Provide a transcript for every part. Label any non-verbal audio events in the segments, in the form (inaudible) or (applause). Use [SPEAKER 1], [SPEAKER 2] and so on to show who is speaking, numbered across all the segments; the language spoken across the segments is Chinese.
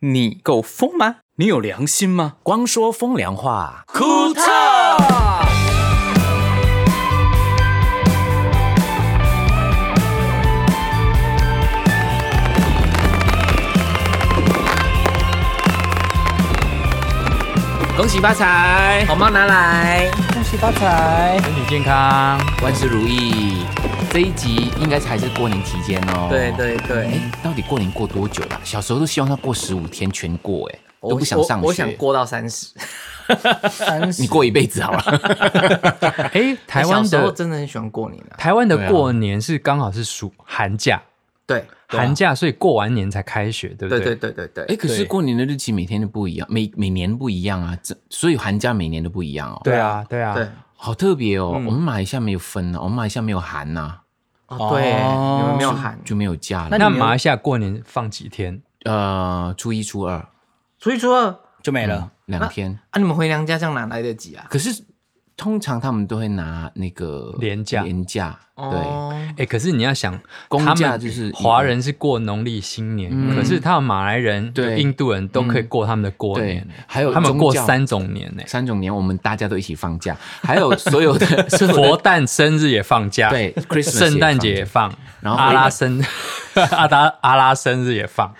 [SPEAKER 1] 你够疯吗？你有良心吗？
[SPEAKER 2] 光说风凉话，
[SPEAKER 1] 库特。
[SPEAKER 2] 恭喜发财，
[SPEAKER 1] 红包拿来，
[SPEAKER 3] 恭喜发财！
[SPEAKER 2] 身体健康。
[SPEAKER 4] 万事如意。这一集应该还是过年期间哦。
[SPEAKER 1] 对。对对，
[SPEAKER 4] 哎，到底过年过多久啦？小时候都希望他过十五天全过，哎，
[SPEAKER 1] 我
[SPEAKER 4] 都不想上学。
[SPEAKER 1] 哦我，我
[SPEAKER 4] (laughs)
[SPEAKER 1] 想，过到三十。
[SPEAKER 3] 三十
[SPEAKER 4] 你过一辈子好
[SPEAKER 1] (laughs)
[SPEAKER 4] 了。
[SPEAKER 5] 哎，台
[SPEAKER 1] 小
[SPEAKER 5] 湾
[SPEAKER 1] 时候
[SPEAKER 5] 的
[SPEAKER 1] 真的很喜欢过年啊。
[SPEAKER 5] 台湾
[SPEAKER 4] 对
[SPEAKER 5] 的
[SPEAKER 4] 啊
[SPEAKER 5] 过年是刚好是暑寒假，
[SPEAKER 1] 对
[SPEAKER 4] 啊
[SPEAKER 5] 寒假，所以过完年才开学，对不
[SPEAKER 1] 对
[SPEAKER 5] 对？
[SPEAKER 1] 对对对对
[SPEAKER 4] 哎，，可是过年的日期每天都不一样，每每年不一样啊，这所以寒假每年都不一样哦。
[SPEAKER 5] 对啊，对啊，
[SPEAKER 1] 对
[SPEAKER 4] 好特别哦，
[SPEAKER 1] 嗯
[SPEAKER 4] 我们马来西亚没有分啊，我们马来西亚没有寒呐、
[SPEAKER 1] 哦对，你们没有喊，
[SPEAKER 4] 就没有假了。
[SPEAKER 5] 那马来西亚过年放几天？
[SPEAKER 4] 呃，初一初二嗯
[SPEAKER 1] 初一初二啊，
[SPEAKER 3] 就没了。
[SPEAKER 4] 两天，
[SPEAKER 1] 你们回娘家这样哪来得及啊？
[SPEAKER 4] 可是通常他们都会拿那个
[SPEAKER 5] 年假
[SPEAKER 4] 年假对，
[SPEAKER 1] 哦，
[SPEAKER 5] 哎，可是你要想，
[SPEAKER 4] 公
[SPEAKER 5] 他
[SPEAKER 4] 假
[SPEAKER 5] 们
[SPEAKER 4] 就是
[SPEAKER 5] 华人是过农历新年，
[SPEAKER 4] 嗯
[SPEAKER 5] 可是他们马来人、
[SPEAKER 4] 对嗯
[SPEAKER 5] 印度人都可以过他们的过
[SPEAKER 4] 对
[SPEAKER 5] 年，，
[SPEAKER 4] 还有
[SPEAKER 5] 他们
[SPEAKER 4] 宗
[SPEAKER 5] 过
[SPEAKER 4] 教
[SPEAKER 5] 三种年
[SPEAKER 4] (laughs)
[SPEAKER 5] 呢、
[SPEAKER 4] 三种年，我们大家都一起放假，还有所有的 (laughs) 所有的
[SPEAKER 5] 佛诞、生日也放假，
[SPEAKER 4] 对 Christmas
[SPEAKER 5] 圣诞节也放，
[SPEAKER 4] 然后
[SPEAKER 5] 阿拉生 (laughs) 阿达阿拉生日也放，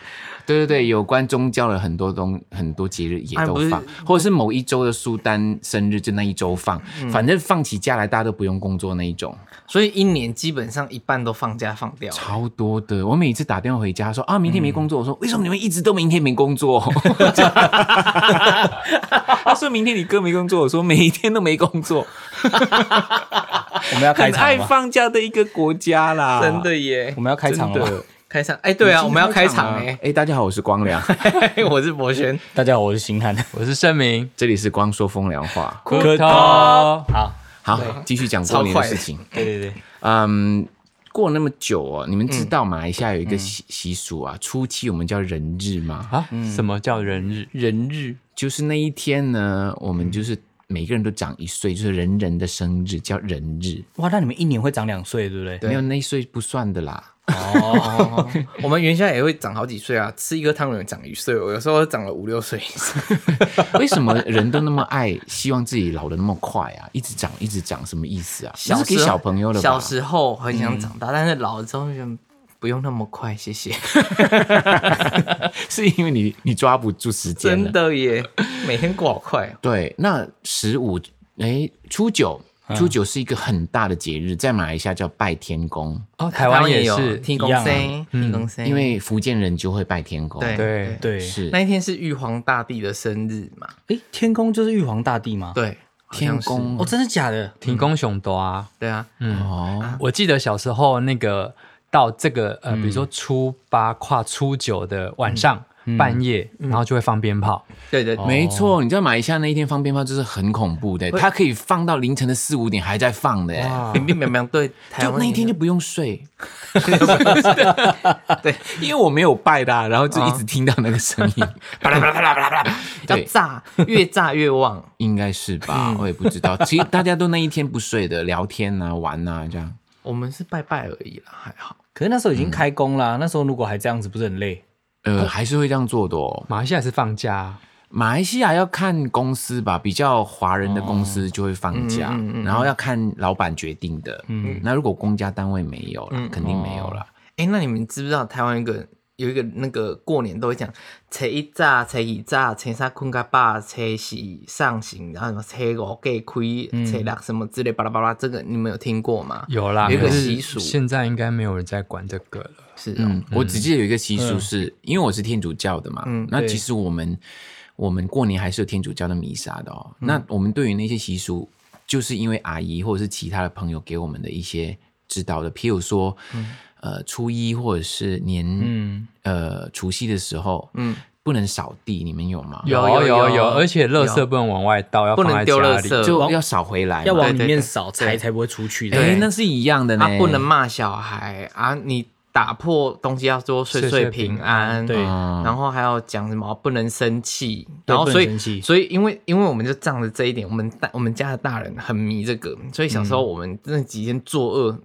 [SPEAKER 4] 对对对，有关宗教的很多东很多节日也
[SPEAKER 1] 哎
[SPEAKER 4] 都
[SPEAKER 1] 不是
[SPEAKER 4] 放，或者是某一周的苏丹生日就那一周放，
[SPEAKER 1] 嗯
[SPEAKER 4] 反正放起假来大家都不用工作那一种，
[SPEAKER 1] 所以一年基本上一半都放假放掉了。
[SPEAKER 4] 超多的。我每次打电话回家说啊，明天
[SPEAKER 1] 嗯
[SPEAKER 4] 没工作，我说为什么你们一直都明天没工作？ (laughs) 他说明天你哥没工作，我说每一天都没工作，
[SPEAKER 3] 我们要开
[SPEAKER 4] 很
[SPEAKER 3] 场
[SPEAKER 4] 爱
[SPEAKER 3] 吗？
[SPEAKER 4] 放假的一个国家啦，
[SPEAKER 1] 真的耶
[SPEAKER 3] 我，们要开场了
[SPEAKER 4] 真
[SPEAKER 3] 吗。
[SPEAKER 4] 的。
[SPEAKER 1] 开场哎，对啊，我们要开场欸
[SPEAKER 4] 啊
[SPEAKER 1] 哎，
[SPEAKER 4] 哎，大家好，我是光
[SPEAKER 1] (laughs)
[SPEAKER 4] 良，
[SPEAKER 1] 我是博轩，
[SPEAKER 3] 大家好，我是星汉。
[SPEAKER 5] 我是盛明，
[SPEAKER 4] 这里是光说风凉
[SPEAKER 1] (laughs)
[SPEAKER 4] 话。
[SPEAKER 3] 科
[SPEAKER 5] 头。
[SPEAKER 4] 好，继续讲过年
[SPEAKER 1] 超
[SPEAKER 4] 的
[SPEAKER 1] 快
[SPEAKER 4] 事情。
[SPEAKER 3] 对对对，
[SPEAKER 4] 嗯，过那么久哦，你们知
[SPEAKER 1] 嗯
[SPEAKER 4] 道马来西亚有一个习习俗啊，初七我们叫人日嘛，
[SPEAKER 5] 啊，什么叫人日？
[SPEAKER 4] 人日就是那一天呢，我
[SPEAKER 1] 嗯
[SPEAKER 4] 们就是每个人都长一岁，就是人人的生日叫人日，
[SPEAKER 3] 哇，那你们一年会长两岁，对不对？
[SPEAKER 4] 没有那一岁不算的啦。
[SPEAKER 1] 哦，我们原先也会长好几岁啊，吃一颗汤圆长一岁，我有时候长了五六岁以上。
[SPEAKER 4] 为什么人都那么爱希望自己老的那么快啊？一直长一直长，什么意思啊？
[SPEAKER 1] 小
[SPEAKER 4] 那是给
[SPEAKER 1] 时候
[SPEAKER 4] 小朋友的吧？
[SPEAKER 1] 小时候很想长大，但是老了之后就觉得不用那么快，谢谢。
[SPEAKER 4] (laughs) 是因为你你抓不住时间
[SPEAKER 1] 真
[SPEAKER 4] 了。
[SPEAKER 1] 的耶，每天过好快哦。
[SPEAKER 4] 对，那十五哎初九。
[SPEAKER 1] 嗯
[SPEAKER 4] 初九是一个很大的节日，在马来西亚叫拜天公。
[SPEAKER 5] 哦，台湾也
[SPEAKER 1] 有
[SPEAKER 5] 是，嗯
[SPEAKER 1] 听公
[SPEAKER 3] 一样啊
[SPEAKER 1] 声，听公声，
[SPEAKER 4] 因为福建人就会拜天公，
[SPEAKER 1] 对
[SPEAKER 5] 对
[SPEAKER 3] 对，
[SPEAKER 4] 是
[SPEAKER 1] 那一天是玉皇大帝的生日嘛。
[SPEAKER 3] 哎，天宫就是玉皇大帝吗？
[SPEAKER 1] 对，好像
[SPEAKER 4] 天
[SPEAKER 1] 是
[SPEAKER 4] 公
[SPEAKER 3] 哦，真的假的？
[SPEAKER 5] 挺公雄多啊。
[SPEAKER 1] 对啊，
[SPEAKER 4] 哦，
[SPEAKER 5] 我记得小时候那个到这个呃，比如说初八跨初九的晚上、半夜，然后就会放鞭炮，
[SPEAKER 1] 对对，对
[SPEAKER 4] 没错。你知道马来西亚那一天放鞭炮就是很恐怖的，它可以放到凌晨的四五点还在放的，哎
[SPEAKER 1] 乒乒乓乓，对，台
[SPEAKER 4] 就
[SPEAKER 1] 湾
[SPEAKER 4] 那一天
[SPEAKER 1] 也
[SPEAKER 4] 就不用
[SPEAKER 1] (laughs)
[SPEAKER 4] 睡。对，因为我没有拜的啊，然后就一直听到那个声
[SPEAKER 1] (laughs)
[SPEAKER 4] 音，
[SPEAKER 1] 啪啦啪啦啪啦啪啦啪啦，要
[SPEAKER 4] 对
[SPEAKER 1] 炸，越炸越旺。
[SPEAKER 4] 应该是吧？
[SPEAKER 1] 嗯
[SPEAKER 4] 我也不知道。其实大家都那一天不睡的，聊天啊，玩啊，这样。
[SPEAKER 1] 我们是拜拜而已啦，还好。
[SPEAKER 3] 可是那时候已经开工啦，那时候如果还这样子，不是很累？
[SPEAKER 4] 呃，还是会这样做的哦。
[SPEAKER 5] 马来西亚是放假啊，
[SPEAKER 4] 马来西亚要看公司吧，比较华人的公司就会放假，
[SPEAKER 1] 哦嗯嗯嗯嗯
[SPEAKER 4] 然后要看老板决定的。嗯，那如果公家单位没有了，
[SPEAKER 1] 嗯
[SPEAKER 4] 肯定没有了。
[SPEAKER 1] 哎，那你们知不知道台湾有一个有一个那个过年都会讲初一炸、初二炸、初三困个爸、初四上行，然后什么初五给开、初六什么之类巴拉巴拉，这个你们有听过吗？
[SPEAKER 5] 嗯有啦，
[SPEAKER 1] 有一个
[SPEAKER 5] 可是
[SPEAKER 1] 习俗
[SPEAKER 5] 现在应该没有人在管这个了。
[SPEAKER 1] 是哦
[SPEAKER 4] 嗯，我只记得有一个习俗是，因为我是天主教的嘛，
[SPEAKER 1] 嗯
[SPEAKER 4] 那
[SPEAKER 3] 对
[SPEAKER 4] 其实我们我们过年还是有天主教的弥撒的哦。那我们对于那些习俗，就是因为阿姨或者是其他的朋友给我们的一些指导的，譬如说，呃，初一或者是年、呃除夕的时候，嗯，不能扫地，你们有吗？
[SPEAKER 1] 有有
[SPEAKER 5] 有
[SPEAKER 1] 有
[SPEAKER 5] 有，而且垃圾
[SPEAKER 1] 有
[SPEAKER 5] 不能往外倒，要
[SPEAKER 1] 不
[SPEAKER 5] 放在
[SPEAKER 1] 能丢
[SPEAKER 5] 家
[SPEAKER 1] 垃
[SPEAKER 5] 里。
[SPEAKER 1] 圾，
[SPEAKER 4] 就要扫回来嘛，
[SPEAKER 3] 要往
[SPEAKER 1] 对
[SPEAKER 3] 里
[SPEAKER 1] 对
[SPEAKER 3] 面
[SPEAKER 1] 对
[SPEAKER 3] 扫，财才不会出去
[SPEAKER 4] 哎、
[SPEAKER 3] 的。
[SPEAKER 4] 那是一样的呢，
[SPEAKER 1] 啊，
[SPEAKER 3] 欸
[SPEAKER 1] 不能骂小孩啊，你打破东西要说岁岁平安，
[SPEAKER 3] 岁岁平安对
[SPEAKER 4] 嗯
[SPEAKER 1] 然后还要讲什么不能生气，
[SPEAKER 3] 对
[SPEAKER 1] 然后
[SPEAKER 3] 不能
[SPEAKER 1] 所
[SPEAKER 3] 生
[SPEAKER 1] 以
[SPEAKER 3] 气
[SPEAKER 1] 所以因为因为我们就仗着这一点，我们大我们家的大人很迷这个，所以小时候我们那几天作恶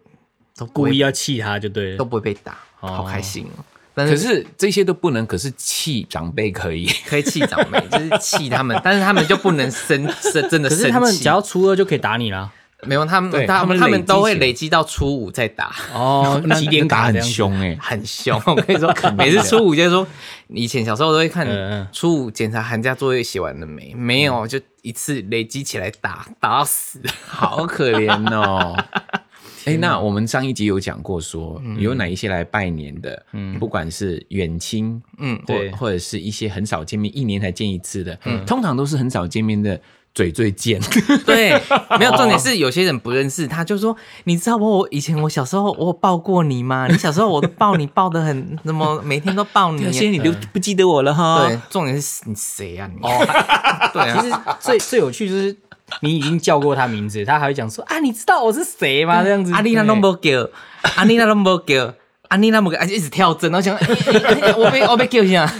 [SPEAKER 1] 都不会
[SPEAKER 3] 嗯故意要气他就对
[SPEAKER 1] 都
[SPEAKER 3] 了。
[SPEAKER 1] 不会被打，好开心哦。但
[SPEAKER 4] 可
[SPEAKER 1] 是
[SPEAKER 4] 是这些都不能，可是气长辈可以。
[SPEAKER 1] 可以气长辈，
[SPEAKER 3] (laughs)
[SPEAKER 1] 就是气他们，但是他们就不能生生真的
[SPEAKER 3] 可
[SPEAKER 1] 生气。
[SPEAKER 3] 是他们只要初二就可以打你啦。
[SPEAKER 1] 没有他们，
[SPEAKER 4] 对
[SPEAKER 1] 他
[SPEAKER 4] 他们
[SPEAKER 1] 他
[SPEAKER 4] 累
[SPEAKER 1] 们
[SPEAKER 4] 积
[SPEAKER 1] 都会
[SPEAKER 4] 起来
[SPEAKER 1] 累积到初五再打。
[SPEAKER 3] (laughs) 哦，
[SPEAKER 4] (laughs) 那
[SPEAKER 3] 几点打
[SPEAKER 4] 那
[SPEAKER 3] 这
[SPEAKER 4] 很
[SPEAKER 3] 样子？
[SPEAKER 4] 凶哎、
[SPEAKER 1] 很凶。 (laughs) 我跟你
[SPEAKER 4] (laughs)
[SPEAKER 1] 说，每次初五就是说，以前小时候都会看
[SPEAKER 3] 嗯嗯
[SPEAKER 1] 初五检查寒假作业写完了没，没
[SPEAKER 4] 嗯
[SPEAKER 1] 有就一次累积起来打，打
[SPEAKER 4] (laughs)
[SPEAKER 1] 到死。
[SPEAKER 4] 好可怜
[SPEAKER 3] (laughs)
[SPEAKER 4] 哦。哎，那我们上一集有讲过说，
[SPEAKER 3] 嗯
[SPEAKER 4] 有哪一些来拜年的，不管是远亲，
[SPEAKER 1] 嗯
[SPEAKER 4] 或
[SPEAKER 3] 对嗯
[SPEAKER 4] 或者是一些很少见面，一年才见一次的，通常都是很少见面的，嘴最
[SPEAKER 3] (laughs)
[SPEAKER 4] 贱。
[SPEAKER 1] 对，没有重
[SPEAKER 4] 哦
[SPEAKER 1] 点是有些人不认识，他就说，你知道我我以前我小时候我有抱过
[SPEAKER 4] (laughs)
[SPEAKER 1] 你吗？你小时候我都抱你抱的很，怎么每天都抱你
[SPEAKER 4] 有？些你都不记得我了哈。哦
[SPEAKER 1] 对，重点是你谁啊你？ (laughs) 对
[SPEAKER 3] 其
[SPEAKER 1] 啊，
[SPEAKER 3] 实最最有趣就是你已经叫过他名字，他还会讲说啊，你知道我是谁吗？这样子，
[SPEAKER 1] 阿丽娜都无叫，啊阿丽娜都无叫，啊阿丽娜无叫，而且一直跳针，我想，哎哎哎我被我被叫啥？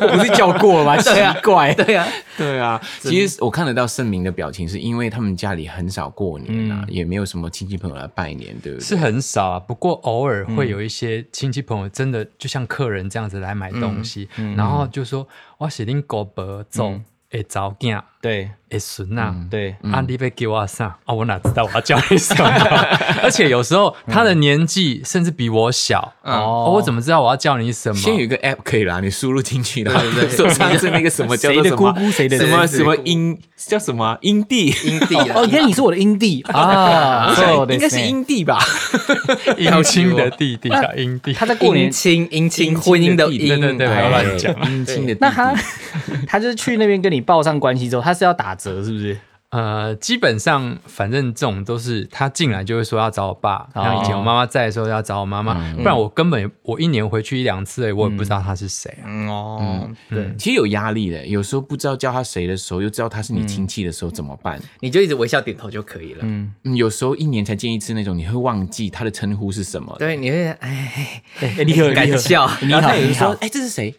[SPEAKER 3] 我不是叫过了吗？奇
[SPEAKER 1] (laughs) 对啊
[SPEAKER 3] 怪，
[SPEAKER 1] 对啊，
[SPEAKER 4] 对啊， (laughs) 其实我看得到盛明的表情，是因为他们家里很少过年
[SPEAKER 3] 嗯
[SPEAKER 4] 啊，也没有什么亲戚朋友来拜年，对不对？
[SPEAKER 5] 是很少啊，不过偶尔
[SPEAKER 4] 嗯
[SPEAKER 5] 会有一些亲戚朋友真的就像客人这样子来买东西，
[SPEAKER 4] 嗯
[SPEAKER 5] 然后就说我是恁狗伯总，会早囝，
[SPEAKER 3] 对
[SPEAKER 5] 会孙呐。
[SPEAKER 3] 对，
[SPEAKER 4] 嗯
[SPEAKER 5] 啊，你被给我啥啊？我哪知
[SPEAKER 4] (laughs)
[SPEAKER 5] 道我要叫你什么？而且有时候他的年纪甚至比我小，哦，我怎么知道我要叫你什么？
[SPEAKER 4] 嗯先有一个 app 可以啦，你输入进去的，
[SPEAKER 1] 对对
[SPEAKER 4] 手 (laughs) 上是那个什么叫做什
[SPEAKER 3] 谁的
[SPEAKER 4] 么
[SPEAKER 3] 姑姑谁的
[SPEAKER 4] 什么
[SPEAKER 3] 人
[SPEAKER 4] 什么音叫什么啊音
[SPEAKER 3] (laughs)
[SPEAKER 4] 地，
[SPEAKER 1] 阴地啊
[SPEAKER 3] 哦，原来你是我的英弟 (laughs) 啊，そう
[SPEAKER 4] (laughs)
[SPEAKER 3] ですね
[SPEAKER 4] 应该是。音地吧？
[SPEAKER 5] 姻亲的弟弟叫英弟，
[SPEAKER 3] 他在过
[SPEAKER 1] 姻
[SPEAKER 3] 年，
[SPEAKER 1] 亲姻亲婚姻的哎
[SPEAKER 4] 姻亲的弟弟
[SPEAKER 1] 姻，
[SPEAKER 5] 对对对不要乱讲嗯
[SPEAKER 4] 对音亲的
[SPEAKER 3] 那
[SPEAKER 4] 地。
[SPEAKER 3] 他 (laughs) 他就是去那边跟你报上关系之后，他是要打折是不是？
[SPEAKER 5] 呃，基本上反正这种都是他进来就会说要找我爸，
[SPEAKER 3] 哦
[SPEAKER 5] 然后以前我妈妈在的时候要找我妈妈，
[SPEAKER 1] 嗯
[SPEAKER 5] 不然我根本我一年回去一两次而已，我也不知道他是谁啊。
[SPEAKER 1] 嗯哦，
[SPEAKER 4] 对，其实有压力的，有时候不知道叫他谁的时候，又知道他是你亲戚的时候怎么办？
[SPEAKER 1] 你就一直微笑点头就可以了。
[SPEAKER 4] 嗯，有时候一年才见一次那种，你会忘记他的称呼是什么。
[SPEAKER 1] 对，你会哎，
[SPEAKER 3] 哎你好，你好
[SPEAKER 1] 敢笑
[SPEAKER 3] 你
[SPEAKER 4] 然后
[SPEAKER 3] 好，
[SPEAKER 4] 他有人
[SPEAKER 3] 你
[SPEAKER 4] 说
[SPEAKER 3] 好：“，
[SPEAKER 4] 哎，这是谁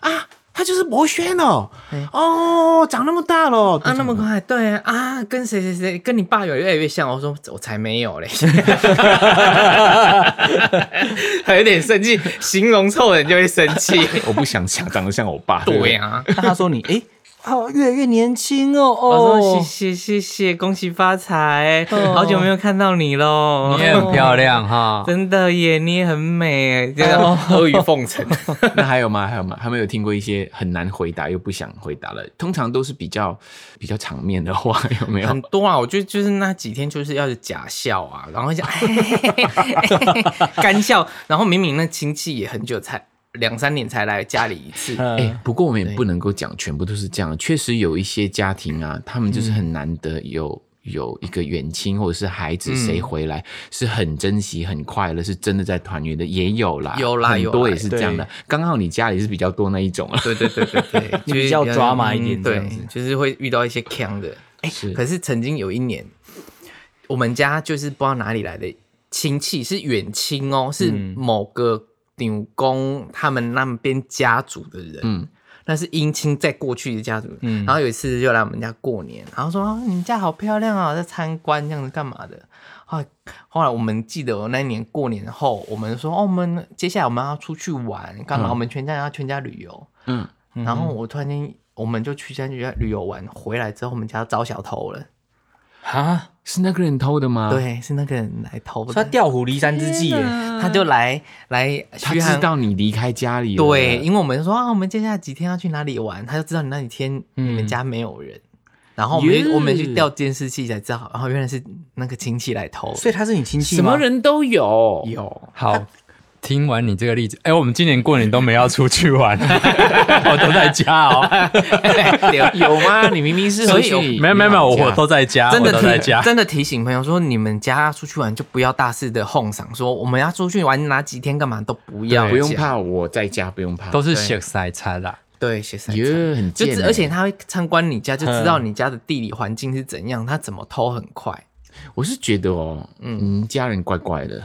[SPEAKER 4] 啊？他就是博轩哦，哦，长那么大了，
[SPEAKER 1] 啊，那么快，对啊，啊，跟谁谁谁跟你爸有越来越像。我说我才没有
[SPEAKER 3] (laughs)
[SPEAKER 1] 嘞， (laughs) 还有点生气，形容错人就会生气。
[SPEAKER 4] (laughs) 我不想想长得像我爸。”
[SPEAKER 1] (laughs) 对啊，
[SPEAKER 3] 那他说你哎， (laughs) 哦，越来越年轻哦
[SPEAKER 1] 我说
[SPEAKER 3] 哦，
[SPEAKER 1] 谢谢谢谢，恭喜发财，好久没有看到你喽
[SPEAKER 5] 你。也很漂亮哈，
[SPEAKER 1] (laughs) 真的耶，你也很美，就是 (laughs) 阿谀奉 (laughs) 承。
[SPEAKER 4] (laughs) 那还有吗？还有吗？他们有听过一些很难回答又不想回答了，通常都是比较比较场面的话，有没有
[SPEAKER 1] 很？多啊，我觉得就是那几天就是要假笑啊，然后讲 (laughs) 干笑，然后明明那亲戚也很久才两三年才来家里一次，
[SPEAKER 3] 呃
[SPEAKER 4] 哎、不过我们也不能够讲全部都是这样，确实有一些家庭啊，他们
[SPEAKER 1] 嗯
[SPEAKER 4] 就是很难得有、有一个远亲或者是孩子
[SPEAKER 1] 嗯
[SPEAKER 4] 谁回来、是很珍惜、很快乐，是真的在团圆的，也有啦，
[SPEAKER 1] 有啦
[SPEAKER 4] 很
[SPEAKER 1] 有
[SPEAKER 4] 多
[SPEAKER 1] 啦
[SPEAKER 4] 也是这样的。刚好你家里是比较多那一种了，啊
[SPEAKER 1] 对对对对对，就是
[SPEAKER 3] 你比较抓马一点
[SPEAKER 1] 嗯
[SPEAKER 3] 这样子
[SPEAKER 1] 对，就是会遇到一些坑的。
[SPEAKER 4] 是
[SPEAKER 1] 哎可是曾经有一年，我们家就是不知道哪里来的亲戚，是远亲哦，是某个牛公他们那边家族的人。
[SPEAKER 4] 嗯
[SPEAKER 1] 那是姻亲在过去的家族，然后有一次就来我们家过年，然后说、啊你们家好漂亮啊，在参观这样子干嘛的？后来后来我们记得我那一年过年后，我们说哦，我们接下来我们要出去玩，干嘛？我们全家要全家旅游，
[SPEAKER 4] 嗯，
[SPEAKER 1] 然后我突然间，我们就去山家旅游完，回来之后，我们家遭小偷了。
[SPEAKER 3] 啊，
[SPEAKER 4] 是那个人偷的吗？，
[SPEAKER 1] 对，是那个人来偷的。
[SPEAKER 3] 他调虎离山之计耶，
[SPEAKER 1] 他就来来
[SPEAKER 4] 他
[SPEAKER 1] 嘘
[SPEAKER 4] 知
[SPEAKER 1] 寒。
[SPEAKER 4] 道你离开家里了，
[SPEAKER 1] 对，因为我们说啊，我们接下来几天要去哪里玩，他就知道你那几天
[SPEAKER 4] 嗯
[SPEAKER 1] 你们家没有人。然后我们就
[SPEAKER 4] 耶
[SPEAKER 1] 我们去调监视器才知道，然后原来是那个亲戚来偷。
[SPEAKER 3] 所以他是你亲戚
[SPEAKER 4] 什
[SPEAKER 3] 吗
[SPEAKER 4] 么？人都有，
[SPEAKER 1] 有 (laughs)
[SPEAKER 5] 好。听完你这个例子，哎、我们今年过年都没要出
[SPEAKER 1] (laughs)
[SPEAKER 5] 去玩，我都在家
[SPEAKER 1] 哎
[SPEAKER 5] 哦。
[SPEAKER 4] 有吗？你明明是
[SPEAKER 1] 所
[SPEAKER 4] 回
[SPEAKER 1] 以有
[SPEAKER 4] 去，
[SPEAKER 5] 没有没有没有，我都在家，
[SPEAKER 1] 真的
[SPEAKER 5] 我都在
[SPEAKER 1] 提
[SPEAKER 5] 家。
[SPEAKER 1] 真的提醒朋友说，你们家出去玩就不要大肆的哄搪，说我们要出去玩哪几天干嘛都不要，
[SPEAKER 4] 不用。怕，我在家不用怕，
[SPEAKER 5] 都是写塞差啦，
[SPEAKER 1] 对，写三餐
[SPEAKER 4] 耶，很
[SPEAKER 1] 就
[SPEAKER 4] 贱
[SPEAKER 1] 是
[SPEAKER 4] 欸，嗯
[SPEAKER 1] 而且他会参观你家，就知道你家的地理环境是怎样，他怎么偷很快。 (laughs)
[SPEAKER 4] 我是觉得哦，嗯，家人怪怪的，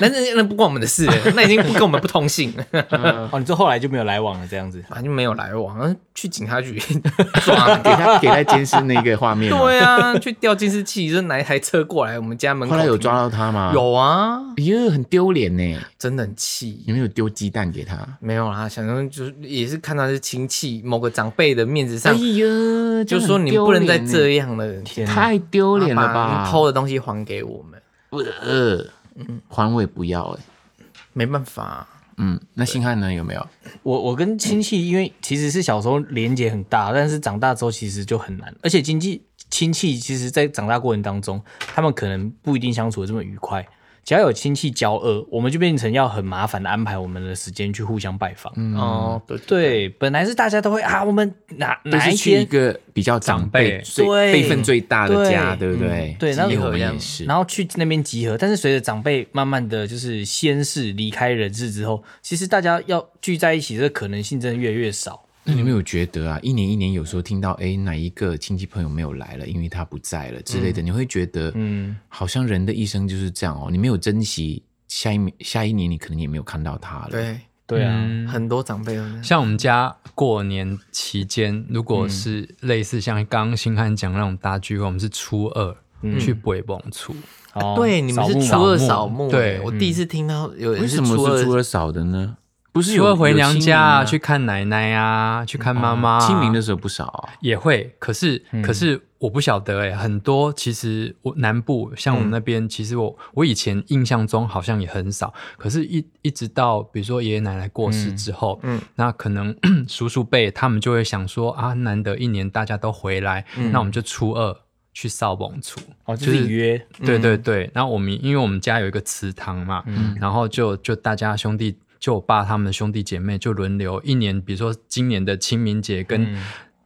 [SPEAKER 1] 那那那不关我们的事了，那已经不跟我们不通信 (laughs) 了，
[SPEAKER 3] 哦，你这后来就没有来往了，这样子。
[SPEAKER 1] 反正没有来往，去警察局
[SPEAKER 4] (laughs)
[SPEAKER 1] 抓你。
[SPEAKER 4] 给他给他监视那个画面嘛。哦
[SPEAKER 1] (laughs) 对啊，去调监视器，就哪一台车过来我们家门口
[SPEAKER 4] 后来
[SPEAKER 1] 停。
[SPEAKER 4] 有抓到他吗？，
[SPEAKER 1] 啊有啊，
[SPEAKER 4] 哎呦，很丢脸呢。
[SPEAKER 1] 真的很气。
[SPEAKER 4] 你们有丢鸡蛋给他？
[SPEAKER 1] 没有啦，想说就是也是看到是亲戚某个长辈的面子
[SPEAKER 4] 哎
[SPEAKER 1] 上，
[SPEAKER 4] 呀，
[SPEAKER 1] 就说你不能再这样了，
[SPEAKER 4] 这样很丢脸呢，太丢脸了
[SPEAKER 1] 把
[SPEAKER 4] 吧？
[SPEAKER 1] 你偷的东西还给我们，
[SPEAKER 4] 呃，还我也不要哎。
[SPEAKER 1] 没办法啊、
[SPEAKER 4] 嗯，那星汉呢？有没有？
[SPEAKER 3] 我我跟亲戚，因为其实是小时候连结很大，但是长大之后其实就很难，而且经济亲戚其实，在长大过程当中，他们可能不一定相处的这么愉快。只要有亲戚交恶，我们就变成要很麻烦的安排我们的时间去互相拜访。
[SPEAKER 4] 嗯
[SPEAKER 1] 哦，对对，
[SPEAKER 3] 对，本来是大家都会啊，我们哪
[SPEAKER 4] 都
[SPEAKER 3] 哪
[SPEAKER 4] 是
[SPEAKER 3] 一
[SPEAKER 4] 去一
[SPEAKER 3] 天，
[SPEAKER 4] 个比较长辈、
[SPEAKER 5] 长辈
[SPEAKER 4] 最
[SPEAKER 3] 对
[SPEAKER 4] 辈分最大的家，
[SPEAKER 3] 对
[SPEAKER 4] 对不对
[SPEAKER 3] 嗯？对那
[SPEAKER 4] 集合
[SPEAKER 1] 一样
[SPEAKER 4] 也是。
[SPEAKER 3] 然后去那边集合。但是随着长辈慢慢的就是先是离开人世之后，其实大家要聚在一起的可能性真的越来越少。
[SPEAKER 4] 那你们有觉得啊，一年一年有时候听到哎哪一个亲戚朋友没有来了，因为他不在了之类的，你会觉得嗯，好像人的一生就是这样哦，你没有珍惜，下一年下一年你可能也没有看到他了。，
[SPEAKER 3] 对啊，
[SPEAKER 5] 嗯
[SPEAKER 1] 很多长辈都这样
[SPEAKER 5] 像我们家过年期间，如
[SPEAKER 1] 嗯
[SPEAKER 5] 果是类似像刚刚星汉讲那种大聚会，我们是初二、
[SPEAKER 1] 嗯
[SPEAKER 5] 去北봉出，
[SPEAKER 3] 哦
[SPEAKER 1] 对，你们是
[SPEAKER 3] 扫
[SPEAKER 1] 初
[SPEAKER 3] 墓嘛
[SPEAKER 1] 二扫墓，欸嗯
[SPEAKER 5] 对
[SPEAKER 1] 我第一次听到有人
[SPEAKER 4] 为
[SPEAKER 1] 是
[SPEAKER 4] 什么是
[SPEAKER 1] 初
[SPEAKER 4] 初
[SPEAKER 1] 二，
[SPEAKER 4] 二少的呢？不是
[SPEAKER 5] 初
[SPEAKER 4] 有
[SPEAKER 5] 二回娘家啊，去
[SPEAKER 4] 看
[SPEAKER 5] 看奶奶啊，去看妈妈啊。嗯
[SPEAKER 4] 清明的时候不少啊，
[SPEAKER 5] 也会，可是、可是我不晓得哎、很多其实我南部像我们那边，其实我我以前印象中好像也很少，可是一一直到比如说爷爷奶奶过世之后，嗯，那可能 (clears throat) 叔叔辈他们就会想说啊，难得一年大家都回来，那我们就初二去扫봉处，
[SPEAKER 3] 哦，就是约
[SPEAKER 4] 嗯
[SPEAKER 5] 对对对，然后我们因为我们家有一个祠堂嘛，
[SPEAKER 4] 嗯
[SPEAKER 5] 然后就就大家兄弟，就我爸他们的兄弟姐妹就轮流一年，比如说今年的清明节跟、
[SPEAKER 4] 嗯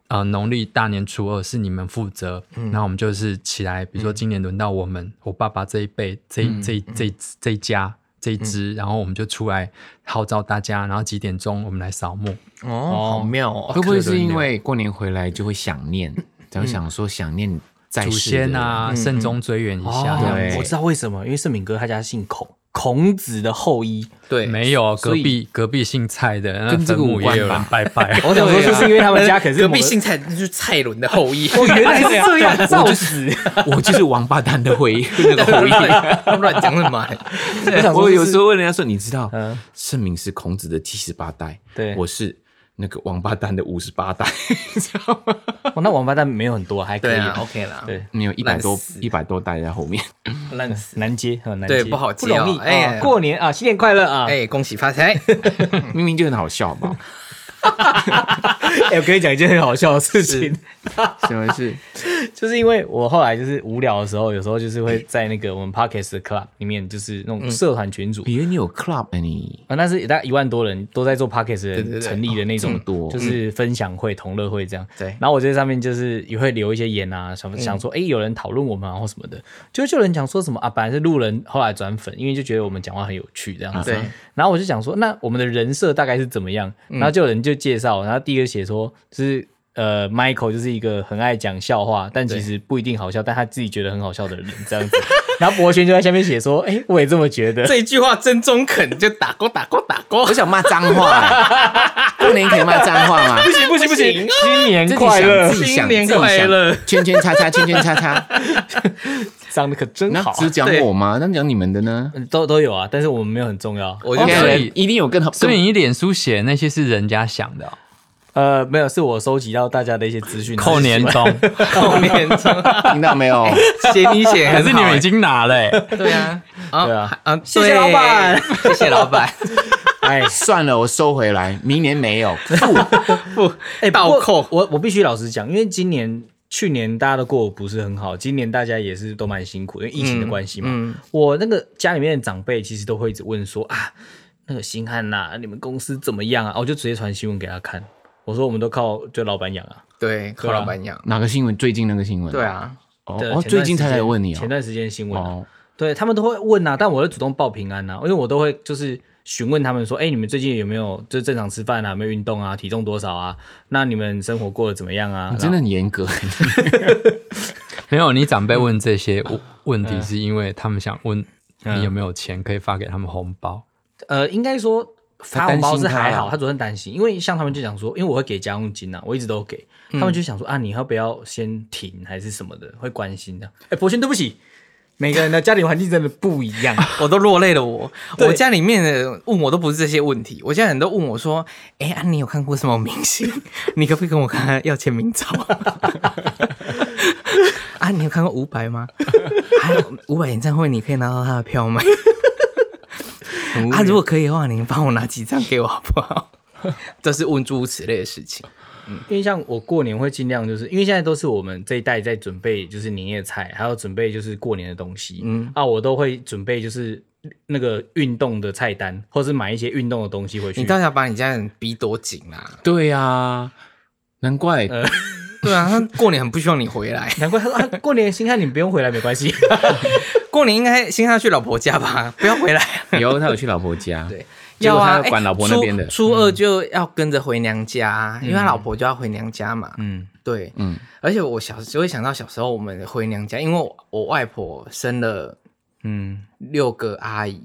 [SPEAKER 5] 呃农历大年初二是你们负责，
[SPEAKER 4] 嗯
[SPEAKER 5] 那、我们就是起来，比如说今年轮到我们，我爸爸这一辈这
[SPEAKER 4] 嗯
[SPEAKER 5] 一这一这一这一家。这一支，然后我们就出来号召大家，然后几点钟我们来扫墓。
[SPEAKER 1] 哦，好妙哦，
[SPEAKER 4] 会不会
[SPEAKER 1] 可
[SPEAKER 4] 是
[SPEAKER 1] 能
[SPEAKER 4] 因为过年回来就会想
[SPEAKER 5] (laughs)
[SPEAKER 4] 念，然后想说想念在
[SPEAKER 5] 祖
[SPEAKER 4] 世的人
[SPEAKER 5] 先啊，慎终追远一下，这样
[SPEAKER 4] 对
[SPEAKER 5] 子
[SPEAKER 3] 啊我知道为什么，因为盛敏哥他家姓孔，孔子的后裔。
[SPEAKER 1] 对
[SPEAKER 5] 没有隔
[SPEAKER 3] 所以
[SPEAKER 5] 壁隔壁姓蔡的，那
[SPEAKER 4] 跟这个
[SPEAKER 5] 坟墓
[SPEAKER 4] 无关
[SPEAKER 5] 也有人
[SPEAKER 4] 吧
[SPEAKER 5] 拜拜。
[SPEAKER 3] 我想说，就是因为他们家可是
[SPEAKER 1] 啊隔
[SPEAKER 3] 某
[SPEAKER 1] 壁
[SPEAKER 3] 个，
[SPEAKER 1] 姓蔡，那就是蔡伦的后裔，
[SPEAKER 3] 哦，原来是这样，造死。
[SPEAKER 4] (laughs) 我就是王八蛋的回忆，那个回忆。
[SPEAKER 1] 乱讲什 (laughs) 么？
[SPEAKER 3] 我
[SPEAKER 4] (laughs)
[SPEAKER 3] 想
[SPEAKER 4] 我
[SPEAKER 3] 说，
[SPEAKER 4] 有
[SPEAKER 3] 就是
[SPEAKER 4] 时候问人家说，你知道
[SPEAKER 3] 嗯，
[SPEAKER 4] 盛明是孔子的七十八代，
[SPEAKER 3] 对
[SPEAKER 4] 我是那个王八蛋的五十八代， (laughs)
[SPEAKER 3] 哦那王八蛋没有很多，还可
[SPEAKER 1] 对
[SPEAKER 3] 以
[SPEAKER 1] 啊，OK 啦，
[SPEAKER 3] 对哦
[SPEAKER 4] 你有一百多
[SPEAKER 1] 烂死
[SPEAKER 4] 一百多代在后面。 (laughs)
[SPEAKER 1] 烂死。
[SPEAKER 3] 难接，很难接，
[SPEAKER 1] 对不好接
[SPEAKER 3] 不
[SPEAKER 1] 哦
[SPEAKER 3] 容易。
[SPEAKER 1] 哎
[SPEAKER 3] 哎，过年啊，新年快乐啊！
[SPEAKER 1] 哎、恭喜发 (laughs) 财！
[SPEAKER 4] 明明就很好笑 (laughs) 嘛，
[SPEAKER 3] 哎，我跟你讲一件很好笑的事情，
[SPEAKER 4] 什么事？
[SPEAKER 3] (laughs) 就是因为我后来就是无聊的时候，有时候就是会在那个我们 Pockets 的 Club 里面，就是那种社团群组。
[SPEAKER 4] 以为你有 club 哎你
[SPEAKER 3] 啊，那是大概一万多人都在做 podcast
[SPEAKER 1] 对
[SPEAKER 3] 的
[SPEAKER 1] 对哦嗯
[SPEAKER 3] 成立的那种，
[SPEAKER 4] 么多
[SPEAKER 3] 就是分享会、同乐会这样。
[SPEAKER 1] 对嗯
[SPEAKER 3] 然后我在上面就是也会留一些言啊，想想说，哎，有人讨论我们啊或什么的，就就有人讲说什么啊，本来是路人，后来转粉，因为就觉得我们讲话很有趣这样子。
[SPEAKER 1] 啊对嗯
[SPEAKER 3] 然后我就想说，那我们的人设大概是怎么样？然后就有人就介绍，然后第一个写说就是。呃，Michael 就是一个很爱讲笑话，但其实不一定好笑，但他自己觉得很好笑的人这样子。 (laughs) 然后博轩就在下面写说：“哎、我也这么觉得。”
[SPEAKER 1] (laughs) 这一句话真中肯，就打勾打勾打勾。
[SPEAKER 4] 我想骂脏话、哎 (laughs) 过年可以骂脏话吗？
[SPEAKER 3] 行不行不行，新
[SPEAKER 4] 自
[SPEAKER 3] 年
[SPEAKER 4] 己
[SPEAKER 3] 快乐
[SPEAKER 4] 想，自己想，
[SPEAKER 1] 新年
[SPEAKER 4] 自己想
[SPEAKER 1] 快乐，
[SPEAKER 4] 圈圈叉叉，圈圈叉 (laughs) 叉。
[SPEAKER 3] 长得可真
[SPEAKER 4] 那
[SPEAKER 3] 好啊，
[SPEAKER 4] 只讲我吗？那讲你们的呢？
[SPEAKER 3] 嗯都都有啊，但是我们没有很重要。
[SPEAKER 1] 我就
[SPEAKER 5] 哦
[SPEAKER 1] 觉
[SPEAKER 5] 所
[SPEAKER 1] 得
[SPEAKER 5] 以
[SPEAKER 4] 一定有更好。
[SPEAKER 5] 所以你脸书写的那些是人家想的哦、
[SPEAKER 3] 呃，没有，是我收集到大家的一些资讯，
[SPEAKER 5] 扣年 (laughs) 终，
[SPEAKER 1] 后面中 (laughs)
[SPEAKER 4] (laughs) 听到没有？
[SPEAKER 1] 写你写，
[SPEAKER 5] 可是你们已经拿了、欸，
[SPEAKER 1] 对啊，啊
[SPEAKER 3] 对啊，
[SPEAKER 1] 啊，
[SPEAKER 3] 谢谢老板
[SPEAKER 1] 对，谢谢老板，
[SPEAKER 3] 哎
[SPEAKER 4] 算了，我收回来，明年没 (laughs) 有。
[SPEAKER 1] (laughs) (laughs) 不，
[SPEAKER 3] (laughs) 哎，不
[SPEAKER 1] 倒
[SPEAKER 3] 过
[SPEAKER 1] 扣，
[SPEAKER 3] 我我必须老实讲，因为今年。去年大家都过得不是很好，今年大家也是都蛮辛苦，因为
[SPEAKER 1] 嗯
[SPEAKER 3] 疫情的关系嘛。我那个家里面的长辈其实都会一直问说啊，那个星汉呐、你们公司怎么样啊？啊我就直接传新闻给他看，我说我们都靠就老板养啊。
[SPEAKER 1] 对，扣老板养，
[SPEAKER 4] 哪个新闻？最近那个新闻？
[SPEAKER 1] 对，啊，
[SPEAKER 4] 哦
[SPEAKER 3] 对
[SPEAKER 4] 哦，
[SPEAKER 3] 前段
[SPEAKER 4] 最近才
[SPEAKER 3] 时
[SPEAKER 4] 来
[SPEAKER 3] 间
[SPEAKER 4] 问你
[SPEAKER 3] 前
[SPEAKER 4] 哦。
[SPEAKER 3] 段时间新闻啊、
[SPEAKER 4] 哦，
[SPEAKER 3] 对他们都会问啊，但我会主动报平安啊，因为我都会就是询问他们说，哎、你们最近有没有就是正常吃饭啊，有没有运动啊，体重多少啊？那你们生活过得怎么样啊？
[SPEAKER 4] 你真的
[SPEAKER 3] 然后
[SPEAKER 4] 很严格。
[SPEAKER 5] (laughs) 没有，你长辈问这些问问题，是因为他们想问你有没有钱可以发给他们红包。
[SPEAKER 3] 呃，应该说发红包是还
[SPEAKER 4] 他担心他
[SPEAKER 3] 好，他昨啊天担心，因为像他们就讲说，因为我会给家用金啊，我一直都有给，他们就想说啊，你要不要先停还是什么的，会关心的。哎，博轩，对不起，每个人的家庭环境真的不一样。啊
[SPEAKER 1] 我都落泪了我。
[SPEAKER 3] 对
[SPEAKER 1] 我家里面的人问我都不是这些问题，我家人都问我说：“哎、啊，你有看过什么明星？ (laughs) 你可不可以跟我看看要签名照？” (laughs) 啊，你有看过伍佰吗？ (laughs) 还有伍佰演唱会，你可以拿到他的票吗？ (laughs) 啊，如果可以的话，你帮我拿几张给我好不 (laughs) 好？都是问诸如此类的事情。
[SPEAKER 3] 因为像我过年会尽量就是，因为现在都是我们这一代在准备就是年夜菜，还有准备就是过年的东西，嗯啊，我都会准备就是那个运动的菜单，或是买一些运动的东西回去。
[SPEAKER 1] 你到底要把你家人逼多紧啊？
[SPEAKER 4] (laughs) 对啊，呃难怪
[SPEAKER 1] 对啊，他 (laughs) 过年很不希望你回来。
[SPEAKER 3] 难怪他说、啊、过年新汉你不用回来没关系，
[SPEAKER 1] 过年应该先要去老婆
[SPEAKER 4] (laughs)
[SPEAKER 1] 家吧，不要回来。
[SPEAKER 4] 以后他有去老婆 (laughs) 家，
[SPEAKER 1] 对，
[SPEAKER 4] 结
[SPEAKER 1] 要
[SPEAKER 4] 果
[SPEAKER 1] 啊，
[SPEAKER 4] 他要管
[SPEAKER 1] 哎
[SPEAKER 4] 老婆那边的，嗯
[SPEAKER 1] 初初二就要跟着回娘家啊，因为他老婆就要回娘家嘛。
[SPEAKER 3] (laughs) 嗯，
[SPEAKER 1] 对，
[SPEAKER 4] 嗯，
[SPEAKER 1] 而且我小时候会想到小时候我们回娘家，因为我我外婆生了嗯六个阿姨，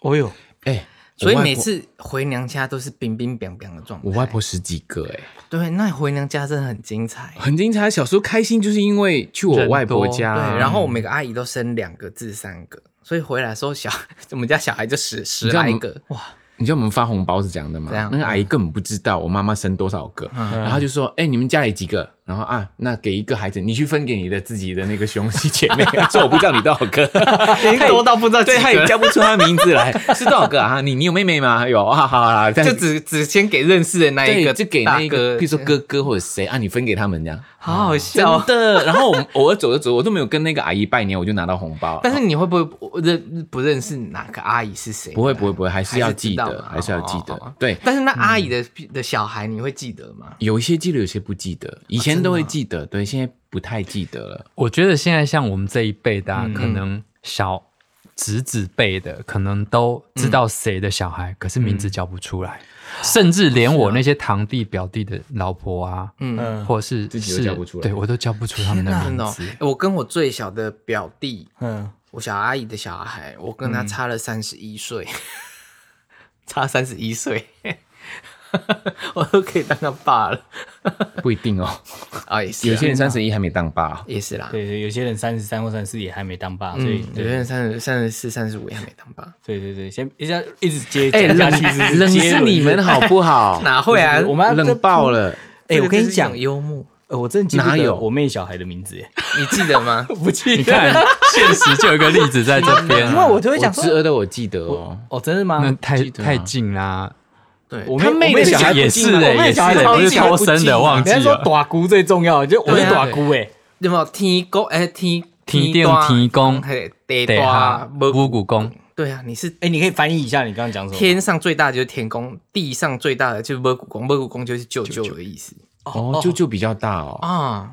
[SPEAKER 3] 哦哟，
[SPEAKER 4] 哎，
[SPEAKER 1] 所以
[SPEAKER 4] 我外婆
[SPEAKER 1] 每次回娘家都是冰冰凉凉的状态。
[SPEAKER 4] 我外婆十几个哎、
[SPEAKER 1] 对，那回娘家真的很精彩。
[SPEAKER 4] 很精彩。小时候开心就是因为去我外婆家，
[SPEAKER 1] 对，然后我每个阿姨都生两个至三个，所以回来的时候小 (laughs) 我们家小孩就十十
[SPEAKER 4] 你知道我
[SPEAKER 1] 来
[SPEAKER 4] 们
[SPEAKER 1] 个哇，
[SPEAKER 4] 你知道我们发红包是怎样的吗
[SPEAKER 1] 怎样？
[SPEAKER 4] 那个阿姨根本不知道我妈妈生多少个，然后她就说：“哎、你们家里几个？”然后啊，那给一个孩子，你去分给你的自己的那个兄弟姐妹。说我不知道你多少个， (laughs)
[SPEAKER 1] 多到不知道几
[SPEAKER 4] 对，她
[SPEAKER 1] 个
[SPEAKER 4] 也叫不出她名字 (laughs) 来，是多少个啊？你你有妹妹吗？有啊，好啦，这样
[SPEAKER 1] 就只只先给认识的那一
[SPEAKER 4] 对，
[SPEAKER 1] 个，
[SPEAKER 4] 就给
[SPEAKER 1] 大
[SPEAKER 4] 那一个，
[SPEAKER 1] 哥
[SPEAKER 4] 比如说哥哥或者谁啊，你分给他们这样。
[SPEAKER 1] 好好
[SPEAKER 4] 真
[SPEAKER 1] 笑哦。
[SPEAKER 4] 的，然后我我走着走，我都没有跟那个阿姨拜年，我就拿到红包。
[SPEAKER 1] (laughs) 但是你会不会认不认识哪个阿姨是谁？啊
[SPEAKER 4] 不会不会不会，还
[SPEAKER 1] 还
[SPEAKER 4] 是要记
[SPEAKER 1] 知道
[SPEAKER 4] 得，
[SPEAKER 1] 嘛
[SPEAKER 4] 还是要记
[SPEAKER 1] 哦哦
[SPEAKER 4] 得
[SPEAKER 1] 哦。
[SPEAKER 4] 对，
[SPEAKER 1] 但是那阿姨的的小孩你会记得吗？
[SPEAKER 4] 有一些记得，有些不记得，以前都会记得，对，现在不太记得了。
[SPEAKER 5] 我觉得现在像我们这一辈的、啊，可能小侄子辈的，可能都知道谁的小孩，可是名字叫不出来，甚至连我那些堂弟表弟的老婆啊，
[SPEAKER 3] 嗯
[SPEAKER 5] 嗯，或是
[SPEAKER 4] 自己都
[SPEAKER 5] 是
[SPEAKER 4] 叫不出来
[SPEAKER 5] 对我都叫不出他们的
[SPEAKER 1] 真的
[SPEAKER 5] 名
[SPEAKER 1] 哦
[SPEAKER 5] 字。，
[SPEAKER 1] 我跟我最小的表弟，
[SPEAKER 3] 嗯，
[SPEAKER 1] 我小阿姨的小孩，我跟他差了三十一岁， (laughs) 差三十一岁， (laughs) 我都可以当他爸了。
[SPEAKER 4] 不一定哦，
[SPEAKER 1] 啊，也是啊，
[SPEAKER 4] 有些人三十一还没当爸、
[SPEAKER 1] 也是啦，
[SPEAKER 3] 对对，有些人三十三或三十四也还没当爸，所以
[SPEAKER 1] 嗯，有些
[SPEAKER 3] 对
[SPEAKER 1] 人三十三十四、三十五也还没当爸。
[SPEAKER 3] 对对对，先一下一直
[SPEAKER 4] (laughs)
[SPEAKER 3] 接
[SPEAKER 4] 哎、
[SPEAKER 3] 讲
[SPEAKER 4] 冷
[SPEAKER 3] 下去是
[SPEAKER 4] 冷
[SPEAKER 3] 接
[SPEAKER 4] 是
[SPEAKER 3] 轮
[SPEAKER 4] 你们好不好？
[SPEAKER 1] 哪会啊？
[SPEAKER 3] 我们要
[SPEAKER 4] (laughs) 冷爆了，
[SPEAKER 3] 哎，我跟
[SPEAKER 1] 这个
[SPEAKER 3] 你
[SPEAKER 1] 就
[SPEAKER 3] 讲
[SPEAKER 1] 是一种，幽默， (laughs)
[SPEAKER 3] 呃我真的记不
[SPEAKER 4] 哪
[SPEAKER 3] 得
[SPEAKER 4] 有
[SPEAKER 3] 我妹小孩的名字， (laughs) 哎
[SPEAKER 1] 你记得吗？
[SPEAKER 3] 不记
[SPEAKER 5] 你 (laughs)
[SPEAKER 3] 得，
[SPEAKER 5] 看，现实就有一个例子在这边
[SPEAKER 3] 因
[SPEAKER 5] 啊、
[SPEAKER 3] 为我就会
[SPEAKER 4] 我
[SPEAKER 3] 讲
[SPEAKER 4] 侄
[SPEAKER 3] 说，
[SPEAKER 4] 儿的我记得哦，
[SPEAKER 3] (laughs) 哦，真的
[SPEAKER 5] 那
[SPEAKER 3] 吗？
[SPEAKER 5] 太、
[SPEAKER 4] 记得啊
[SPEAKER 5] 太近啦、
[SPEAKER 1] 对，
[SPEAKER 3] 我
[SPEAKER 4] 他妹
[SPEAKER 3] 我妹
[SPEAKER 4] 的
[SPEAKER 3] 小孩
[SPEAKER 4] 孩
[SPEAKER 3] 欸
[SPEAKER 5] 也
[SPEAKER 4] 不记
[SPEAKER 5] 是
[SPEAKER 4] 吗
[SPEAKER 5] 嘞、
[SPEAKER 4] 我妹
[SPEAKER 5] 也
[SPEAKER 4] 的
[SPEAKER 5] 是
[SPEAKER 4] 小孩
[SPEAKER 5] 嘞、
[SPEAKER 4] 超
[SPEAKER 5] 我是
[SPEAKER 4] 级还
[SPEAKER 5] 超
[SPEAKER 4] 不
[SPEAKER 5] 生
[SPEAKER 4] 记
[SPEAKER 5] 的，
[SPEAKER 4] 嘛
[SPEAKER 5] 忘
[SPEAKER 3] 人
[SPEAKER 5] 记
[SPEAKER 3] 家说
[SPEAKER 5] 了。
[SPEAKER 3] 短姑最重要，就我
[SPEAKER 1] 对
[SPEAKER 3] 是
[SPEAKER 1] 啊
[SPEAKER 3] 短姑哎，
[SPEAKER 1] 有没有天公？哎，天
[SPEAKER 5] 天
[SPEAKER 1] 天大
[SPEAKER 5] 顶天公
[SPEAKER 1] 嘿，地
[SPEAKER 5] 对啊
[SPEAKER 1] 大
[SPEAKER 5] 哈，
[SPEAKER 1] 无
[SPEAKER 5] 五谷公，
[SPEAKER 1] 对啊，你是
[SPEAKER 3] 哎，你可以翻译一下你刚刚讲什么？
[SPEAKER 1] 天上最大的就是天公，地上最大的就是摸骨公，摸骨公就是舅舅的意思
[SPEAKER 4] 哦，舅舅比较大哦，
[SPEAKER 1] 啊。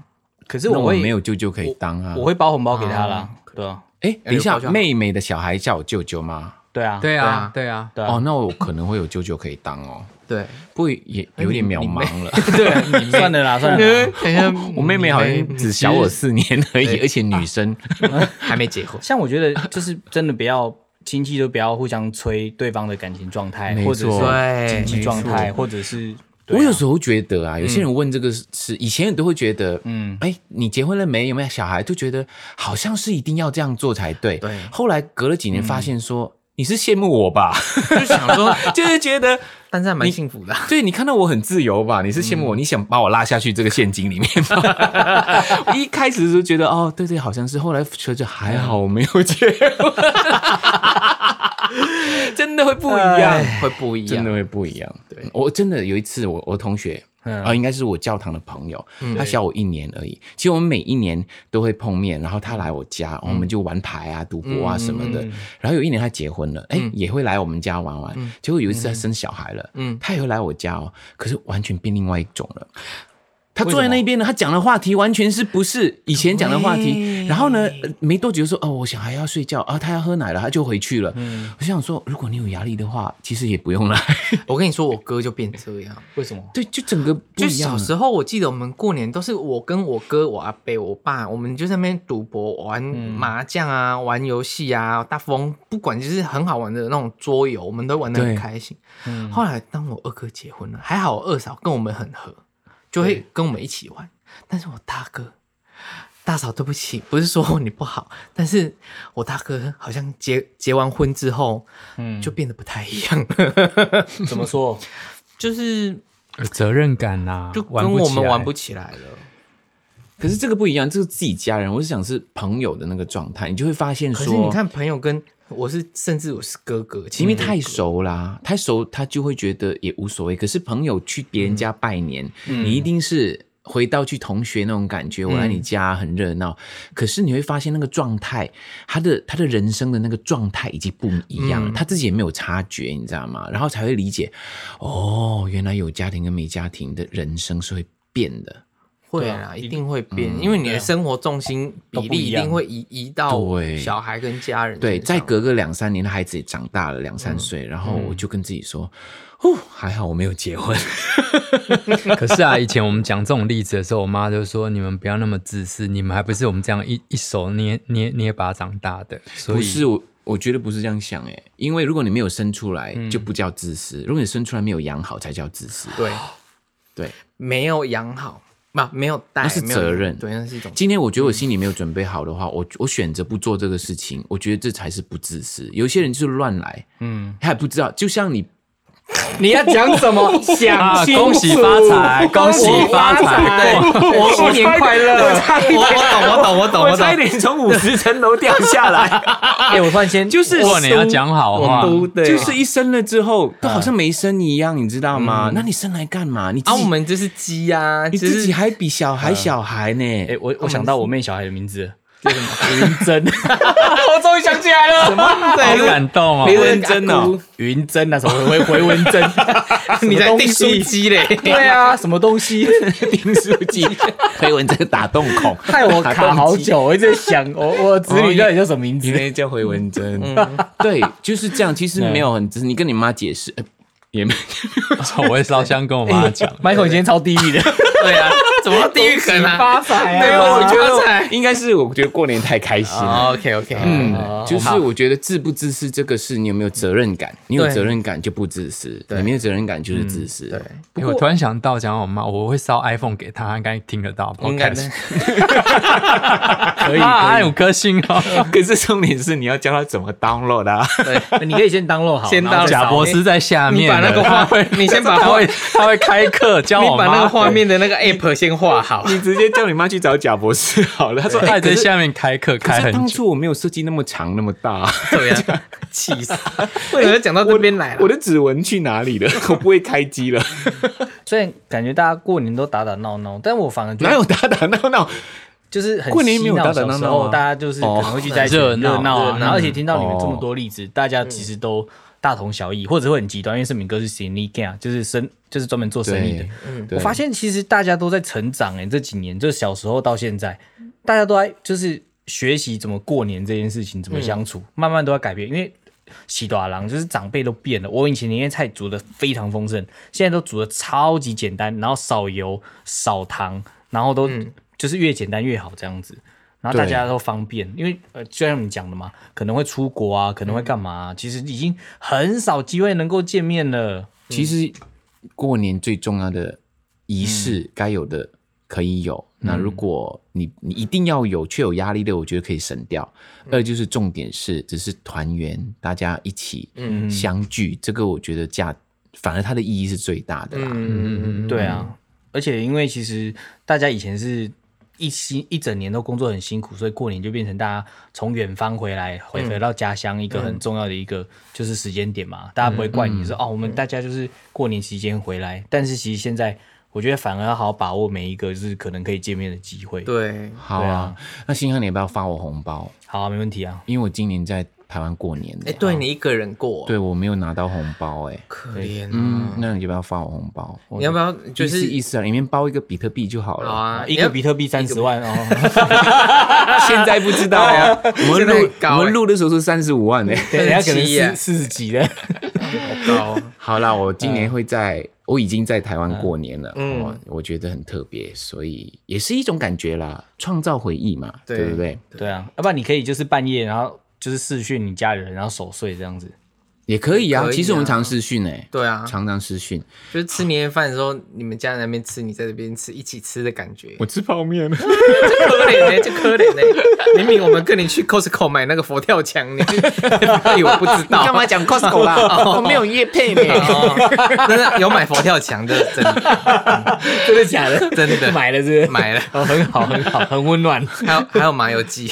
[SPEAKER 3] 可是
[SPEAKER 4] 那
[SPEAKER 3] 我
[SPEAKER 4] 我
[SPEAKER 3] 会
[SPEAKER 4] 没有舅舅可以当啊。
[SPEAKER 3] 我会包红包给他啦，对啊，
[SPEAKER 4] 哎、等一
[SPEAKER 1] 哎
[SPEAKER 4] 下
[SPEAKER 1] 有包，就好
[SPEAKER 4] 妹妹的小孩叫我舅舅吗？
[SPEAKER 3] 对啊，
[SPEAKER 5] 对
[SPEAKER 1] 啊
[SPEAKER 5] 啊，对啊，
[SPEAKER 3] 对
[SPEAKER 4] 哦
[SPEAKER 3] 啊，，
[SPEAKER 4] 那我可能会有舅舅可以当哦，
[SPEAKER 1] 对，
[SPEAKER 4] 不过也有点渺茫了。
[SPEAKER 1] 对
[SPEAKER 3] (laughs)
[SPEAKER 1] 啊，
[SPEAKER 3] 算了啦，算了啦。
[SPEAKER 1] 等一下
[SPEAKER 4] (laughs) 我妹妹好
[SPEAKER 1] 嗯
[SPEAKER 4] 像只小我四年而已，而且女生。
[SPEAKER 1] 哎 (laughs) 还没结婚，
[SPEAKER 3] 像我觉得就是真的不要亲戚都不要互相吹对方的感情状态，
[SPEAKER 4] 没错
[SPEAKER 3] 或者是
[SPEAKER 1] 对
[SPEAKER 3] 经济状态，或者是对啊
[SPEAKER 4] 我有时候觉得啊，有些人问这个是、是以前都会觉得，
[SPEAKER 3] 嗯
[SPEAKER 4] 嗯，哎，你结婚了没？有没有小孩？就觉得好像是一定要这样做才对。嗯
[SPEAKER 1] 对
[SPEAKER 4] 后来隔了几年，发现说、你是羡慕我 (laughs) 吧，
[SPEAKER 1] 就想说，
[SPEAKER 4] 就是觉得，
[SPEAKER 1] 但是还蛮幸福的。
[SPEAKER 4] (laughs) 对你看到我很自由吧？你是羡慕我，你想把我拉下去这个陷阱里面 (laughs) 吧？我一开始就觉得哦，对对，好像是。后来觉得还好，我没有结婚，真的会不一样。哎
[SPEAKER 1] 哎会不一
[SPEAKER 4] 真的
[SPEAKER 1] 样，
[SPEAKER 4] 会不一样。对，我真的有一次我，我同学啊、应该是我教堂的朋友，他小我一年而已。其实我们每一年都会碰面，然后他来我家，我们就玩牌啊、赌博啊什么的。然后有一年他结婚了，哎、也会来我们家玩玩。结果有一次他生小孩了，
[SPEAKER 1] 嗯
[SPEAKER 4] 他也会来我家哦，可是完全变另外一种了。他坐在那边呢，他讲的话题完全是不是以前讲的话题，然后呢，呃没多久就说哦，我小孩要睡觉啊，他要喝奶了，他就回去了。我就想说，如果你有压力的话，其实也不用来。
[SPEAKER 1] 我跟你说，我哥就变这样。
[SPEAKER 3] 为什么？
[SPEAKER 4] (laughs) 对，就整个不
[SPEAKER 1] 就
[SPEAKER 4] 一样
[SPEAKER 1] 小
[SPEAKER 4] 了。
[SPEAKER 1] 时候，我记得我们过年都是我跟我哥、我阿伯、我爸，我们就在那边赌博、玩麻将啊、玩游戏啊、大富翁，不管就是很好玩的那种桌游，我们都玩的很
[SPEAKER 4] 对
[SPEAKER 1] 开心。后来当我二哥结婚了，还好我二嫂跟我们很合，就会跟我们一起玩。但是我大哥、大嫂，对不起，不是说你不好，但是我大哥好像结结完婚之后，嗯，就变得不太一样了，
[SPEAKER 3] 怎么说？
[SPEAKER 1] 就是
[SPEAKER 5] 有责任感呐、
[SPEAKER 1] 就
[SPEAKER 5] 玩
[SPEAKER 1] 跟
[SPEAKER 5] 不
[SPEAKER 1] 我
[SPEAKER 5] 起
[SPEAKER 1] 们
[SPEAKER 5] 来
[SPEAKER 1] 玩不起来了。
[SPEAKER 4] 可是这个不一样，这是自己家人，我是想是朋友的那个状态，你就会发现
[SPEAKER 1] 可
[SPEAKER 4] 说，
[SPEAKER 1] 是你看，朋友跟我是，甚至我是哥哥，
[SPEAKER 4] 因
[SPEAKER 1] 亲
[SPEAKER 4] 为
[SPEAKER 1] 哥
[SPEAKER 4] 太
[SPEAKER 1] 哥
[SPEAKER 4] 熟啦，太熟他就会觉得也无所谓。可是朋友去别人家拜年，你一定是回到去同学那种感觉，我来你家很热闹。可是你会发现那个状态，他的他的人生的那个状态已经不一样了，他自己也没有察觉，你知道吗？然后才会理解，哦，原来有家庭跟没家庭的人生是会变的。
[SPEAKER 1] 会啊，一定会变，因为你的生活重心比
[SPEAKER 3] 都不
[SPEAKER 1] 例
[SPEAKER 3] 一
[SPEAKER 1] 一
[SPEAKER 3] 样
[SPEAKER 1] 定会移移到
[SPEAKER 4] 对
[SPEAKER 1] 小孩跟家人身上。
[SPEAKER 4] 对，再隔个两三年，孩子也长大了两三岁，然后我就跟自己说，哦，还好我没有结婚。
[SPEAKER 5] (laughs) 可是啊，以前我们讲这种例子的时候，我妈就说：“你们不要那么自私，你们还不是我们这样一一手捏捏捏把长大的。”所
[SPEAKER 4] 不
[SPEAKER 5] 以
[SPEAKER 4] 是我，我觉得不是这样想诶，因为如果你没有生出来，就不叫自私；如果你生出来没有养好，才叫自私。
[SPEAKER 1] 对，
[SPEAKER 4] 对，
[SPEAKER 1] 没有养好，不没有带，
[SPEAKER 4] 那是
[SPEAKER 1] 没有
[SPEAKER 4] 责任
[SPEAKER 1] 对，那是一种
[SPEAKER 4] 今天我觉得我心里没有准备好的话，我我选择不做这个事情，我觉得这才是不自私。有些人就是乱来，嗯，他也不知道。就像你，
[SPEAKER 1] 你要讲什么？
[SPEAKER 5] 啊
[SPEAKER 1] 想清楚
[SPEAKER 5] 恭喜发财恭喜发财
[SPEAKER 1] 对，我新年快乐！我我懂，我懂，我懂，我懂。
[SPEAKER 4] 点从五十层楼掉下来，
[SPEAKER 3] 哎，我突然间
[SPEAKER 4] (laughs) 就是
[SPEAKER 5] 过年要讲好话，
[SPEAKER 1] 都对，啊
[SPEAKER 4] 就是一生了之后，都好像没生一样，你知道吗？那你生来干嘛？你自
[SPEAKER 1] 啊，
[SPEAKER 4] 己
[SPEAKER 1] 我们就是鸡呀，
[SPEAKER 4] 你
[SPEAKER 1] 就
[SPEAKER 4] 自己
[SPEAKER 1] 是
[SPEAKER 4] 还比小孩小孩呢
[SPEAKER 3] (laughs) 哎、。我我想到我妹小孩的名字了，叫 (laughs) 什么？云珍，我终于想起来了，什么？
[SPEAKER 5] 好感动哦！
[SPEAKER 3] 云珍哦，云珍啊，什么回回文
[SPEAKER 4] (laughs)
[SPEAKER 3] 珍？
[SPEAKER 1] 你在订
[SPEAKER 3] 什
[SPEAKER 1] 书
[SPEAKER 3] 么东西？
[SPEAKER 1] 机嘞？
[SPEAKER 3] 对啊，什么东
[SPEAKER 4] (laughs)
[SPEAKER 3] 西？
[SPEAKER 4] 丁书 (laughs) 记，回文这个打洞孔，
[SPEAKER 3] 害我卡好久，我一直在想，我我子
[SPEAKER 4] 哦
[SPEAKER 3] 女到底叫什么名字？。
[SPEAKER 4] 那叫回文针。对，就是这样。其实没有很直，你跟你妈解释，呃也 (laughs) 没
[SPEAKER 5] 我会烧香跟我妈讲
[SPEAKER 3] Michael (laughs) 你今天超地狱
[SPEAKER 4] (laughs)
[SPEAKER 3] 的，
[SPEAKER 1] 对啊，怎么地狱梗 (laughs) 啊？
[SPEAKER 3] 发财
[SPEAKER 1] 对
[SPEAKER 3] 啊！
[SPEAKER 1] 我觉得
[SPEAKER 4] (laughs) 应该是我觉得过年太开心了。
[SPEAKER 1] OK OK，
[SPEAKER 4] 嗯，就是我觉得自不自私这个事，你有没有责任感？你有
[SPEAKER 1] 对
[SPEAKER 4] 责任感就不自私，
[SPEAKER 1] 对嗯
[SPEAKER 4] 你没有责任感就是自私。
[SPEAKER 1] 对，
[SPEAKER 5] 哎我突然想到，讲到我妈，我会烧 iPhone 给她，她应该听得到。
[SPEAKER 1] 应该
[SPEAKER 5] Podcast
[SPEAKER 1] 的。
[SPEAKER 5] 可以，啊，有颗星哦。
[SPEAKER 4] 可是重点是你要教他怎么 download (laughs) 啊。
[SPEAKER 3] 你可以先 download 好，
[SPEAKER 1] 先
[SPEAKER 3] 然后再
[SPEAKER 1] download
[SPEAKER 5] 贾
[SPEAKER 3] 扫
[SPEAKER 5] 博士在下
[SPEAKER 1] 你
[SPEAKER 5] 面
[SPEAKER 1] 把
[SPEAKER 5] 了，
[SPEAKER 1] 那个画
[SPEAKER 5] (laughs) 会，
[SPEAKER 1] 你先把
[SPEAKER 5] 她
[SPEAKER 1] 画，
[SPEAKER 5] 会
[SPEAKER 1] 你
[SPEAKER 5] 她会开课教我
[SPEAKER 1] 把那个
[SPEAKER 5] 妈，
[SPEAKER 1] 画面的 (laughs) 那个 app 先画好。
[SPEAKER 4] 你直接叫你妈去找贾博士好了。他说：“
[SPEAKER 5] 她
[SPEAKER 4] 哎，
[SPEAKER 5] 也
[SPEAKER 4] 可
[SPEAKER 5] 在
[SPEAKER 4] 是
[SPEAKER 5] 下面开课
[SPEAKER 4] 可
[SPEAKER 5] 开
[SPEAKER 4] 是
[SPEAKER 5] 很
[SPEAKER 4] 当
[SPEAKER 5] 久。
[SPEAKER 4] 初我没有设计那么长那么大，啊
[SPEAKER 1] 对啊呀， (laughs) 气死！为什么讲到这边来了？
[SPEAKER 4] 我的指纹去哪里了？ (laughs) 我不会开机了。”
[SPEAKER 3] 虽然感觉大家过年都打打闹闹，但我反而觉
[SPEAKER 4] (laughs) 哪
[SPEAKER 3] 得
[SPEAKER 4] 有打 (laughs) 打闹闹？
[SPEAKER 3] 就是很
[SPEAKER 4] 过年没有
[SPEAKER 3] 嬉闹
[SPEAKER 4] 打打闹闹啊
[SPEAKER 3] 小时候大家就是可能会聚在一起
[SPEAKER 5] 哦
[SPEAKER 3] 很热闹
[SPEAKER 1] 热
[SPEAKER 3] 啊
[SPEAKER 4] 嗯
[SPEAKER 1] 闹，
[SPEAKER 3] 然后而且听到
[SPEAKER 4] 哦
[SPEAKER 3] 你们这么多例子，大家其实都大同小异，或者会很极端，因为盛敏哥是 s i n i g a 就是生就是专门做生意的
[SPEAKER 4] 对。
[SPEAKER 3] 我发现其实大家都在成长哎、这几年就是小时候到现在，大家都在就是学习怎么过年这件事情，怎么相
[SPEAKER 4] 嗯
[SPEAKER 3] 处，慢慢都在改变，因为。喜多郎就是长辈都变了。我以前年夜菜煮的非常丰盛，现在都煮的超级简单，然后少油、少糖，然后都
[SPEAKER 4] 嗯
[SPEAKER 3] 就是越简单越好这样子。然后大
[SPEAKER 4] 对嗯
[SPEAKER 3] 家都方便，因为呃，就像你讲的嘛，可能会出国啊，可能会干嘛啊、其实已经很少机会能够见面了。
[SPEAKER 4] 其实
[SPEAKER 1] 嗯
[SPEAKER 4] 过年最重要的仪式，该有的可以有。
[SPEAKER 1] 嗯
[SPEAKER 4] 那如果你你一定要有却有压力的，我觉得可以省掉。二
[SPEAKER 1] 嗯
[SPEAKER 4] 就是重点是只是团圆，大家一起
[SPEAKER 1] 嗯
[SPEAKER 3] 嗯
[SPEAKER 4] 相聚，这个我觉得价反而它的意义是最大的啦。
[SPEAKER 1] 嗯，
[SPEAKER 3] 对啊，而且因为其实大家以前是一星一整年都工作很辛苦，所以过年就变成大家从远方回来，
[SPEAKER 1] 嗯
[SPEAKER 3] 回回到家乡一个很重要的一个就是时间点嘛，大家不会怪
[SPEAKER 1] 嗯
[SPEAKER 3] 你说哦，我们大家就是过年期间回来，但是其实现在我觉得反而要好好把握每一个就是可能可以见面的机会。，
[SPEAKER 1] 对，
[SPEAKER 4] 好
[SPEAKER 3] 对
[SPEAKER 4] 啊，
[SPEAKER 3] 啊
[SPEAKER 4] 那星汉你要不要发我红包？
[SPEAKER 3] 好啊，没问题啊。
[SPEAKER 4] 因为我今年在台湾过年的。
[SPEAKER 1] 哎，对你一个人过，
[SPEAKER 4] 对我没有拿到红包哎、
[SPEAKER 1] 可怜
[SPEAKER 4] 嗯
[SPEAKER 1] 啊，。
[SPEAKER 4] 那你要不要发我红包？
[SPEAKER 1] 你要不
[SPEAKER 4] 要
[SPEAKER 1] 要就
[SPEAKER 4] 意思
[SPEAKER 1] 是
[SPEAKER 4] 意思啊？里面包一个比特币就好了。
[SPEAKER 1] 好啊，
[SPEAKER 3] 一个比特币三十万哦，
[SPEAKER 1] (laughs)
[SPEAKER 4] 现在不知道啊，我们
[SPEAKER 1] 现在很
[SPEAKER 4] 录
[SPEAKER 1] 高欸
[SPEAKER 4] 我们录的时候是三十五
[SPEAKER 1] (laughs)
[SPEAKER 4] 万呢、欸
[SPEAKER 3] 等一下可能
[SPEAKER 1] 七啊耶
[SPEAKER 3] 四四十几的。
[SPEAKER 1] 高，
[SPEAKER 4] 好啦，我今年会在，我已经在台湾过年了，
[SPEAKER 1] 嗯
[SPEAKER 4] 嗯，我觉得很特别，所以也是一种感觉啦，创造回忆嘛，
[SPEAKER 1] 对
[SPEAKER 4] 对不对？
[SPEAKER 3] 对啊，要不然你可以就是半夜，然后就是视讯你家人，然后守岁这样子。
[SPEAKER 4] 也可以
[SPEAKER 1] 也
[SPEAKER 4] 啊，
[SPEAKER 1] 可以啊
[SPEAKER 4] 其实我们常试训哎，
[SPEAKER 1] (laughs) 对啊，
[SPEAKER 4] 常常试训，
[SPEAKER 1] 就是吃年夜饭的时候，你们家人在那边吃，你在这边吃，一起吃的感觉，
[SPEAKER 4] 吃泡面了，
[SPEAKER 1] 这可怜呢，这可怜呢。明明我们跟你去 Costco 买那个佛跳墙，你 (laughs) 你我不知道，
[SPEAKER 4] 干嘛讲 Costco 啦？我没有乐配呢，
[SPEAKER 1] 哦，真的有买佛跳墙的，真的
[SPEAKER 3] 真的假的？
[SPEAKER 1] 真的
[SPEAKER 3] 买了是不是？
[SPEAKER 1] 买了，
[SPEAKER 3] 哦，很好，很好，很温暖。
[SPEAKER 1] 还有还有麻油鸡。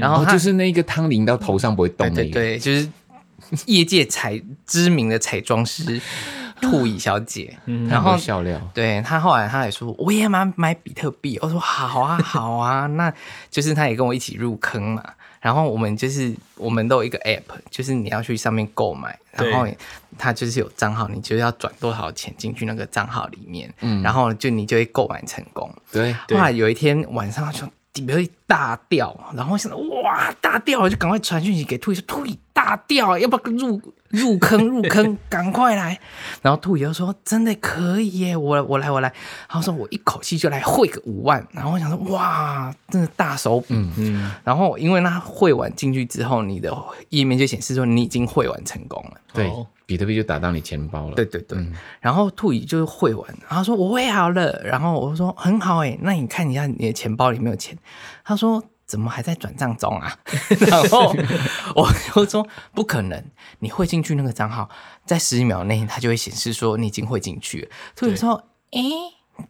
[SPEAKER 1] 然后
[SPEAKER 4] 哦，
[SPEAKER 1] 她、
[SPEAKER 4] 就是那个汤淋到头上不会动
[SPEAKER 1] 对
[SPEAKER 4] 那
[SPEAKER 1] 对
[SPEAKER 4] 个，
[SPEAKER 1] 对，就是业界彩知名的彩妆师兔姨小姐，然后
[SPEAKER 4] 好笑料，
[SPEAKER 1] 对他后来他也说我也买买比特币，我说好啊好啊，那就是他也跟我一起入坑嘛。然后我们就是我们都有一个 app，就是你要去上面购买，
[SPEAKER 3] 对
[SPEAKER 1] 然后他就是有账号，你就要转多少钱进去那个账号里面，然后就你就会购买成功。
[SPEAKER 4] 对，
[SPEAKER 1] 后来有一天晚上就底杯大掉，然后想到哇大掉了，就赶快传讯息给兔姨说兔姨大掉，要不要入入坑入坑，赶快来。然后兔姨就说真的可以耶，我我来我来。然后说我一口气就来汇个五万，然后我想说哇，真的大手笔。
[SPEAKER 3] 嗯，
[SPEAKER 1] 然后因为那汇完进去之后，你的页面就显示说你已经汇完成功了。
[SPEAKER 4] 对
[SPEAKER 3] 哦，
[SPEAKER 4] 比特币就打到你钱包了，嗯
[SPEAKER 1] 对，对对，然后兔姨就是会玩，然后说我会好了，然后我说很好哎、那你看一下你的钱包里没有钱，他说怎么还在转账中啊？ (laughs) 然后我就说不可能，你汇进去那个账号，在十秒内它就会显示说你已经汇进去了。兔姨说诶，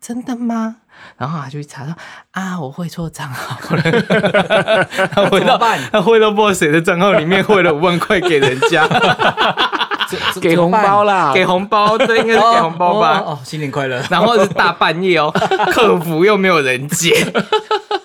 [SPEAKER 1] 真的吗？然后他就去查到啊，我汇错账
[SPEAKER 3] (laughs)
[SPEAKER 1] 号了，他汇到他汇到 boss 的账号里面汇了五万块给人
[SPEAKER 3] (laughs)
[SPEAKER 1] 家，
[SPEAKER 4] 给红包啦，
[SPEAKER 1] 给红包，对，应该是给红包吧。
[SPEAKER 3] 哦，哦新年快乐！
[SPEAKER 1] 然后是大半夜哦， (laughs) 客服又没有人接， (laughs)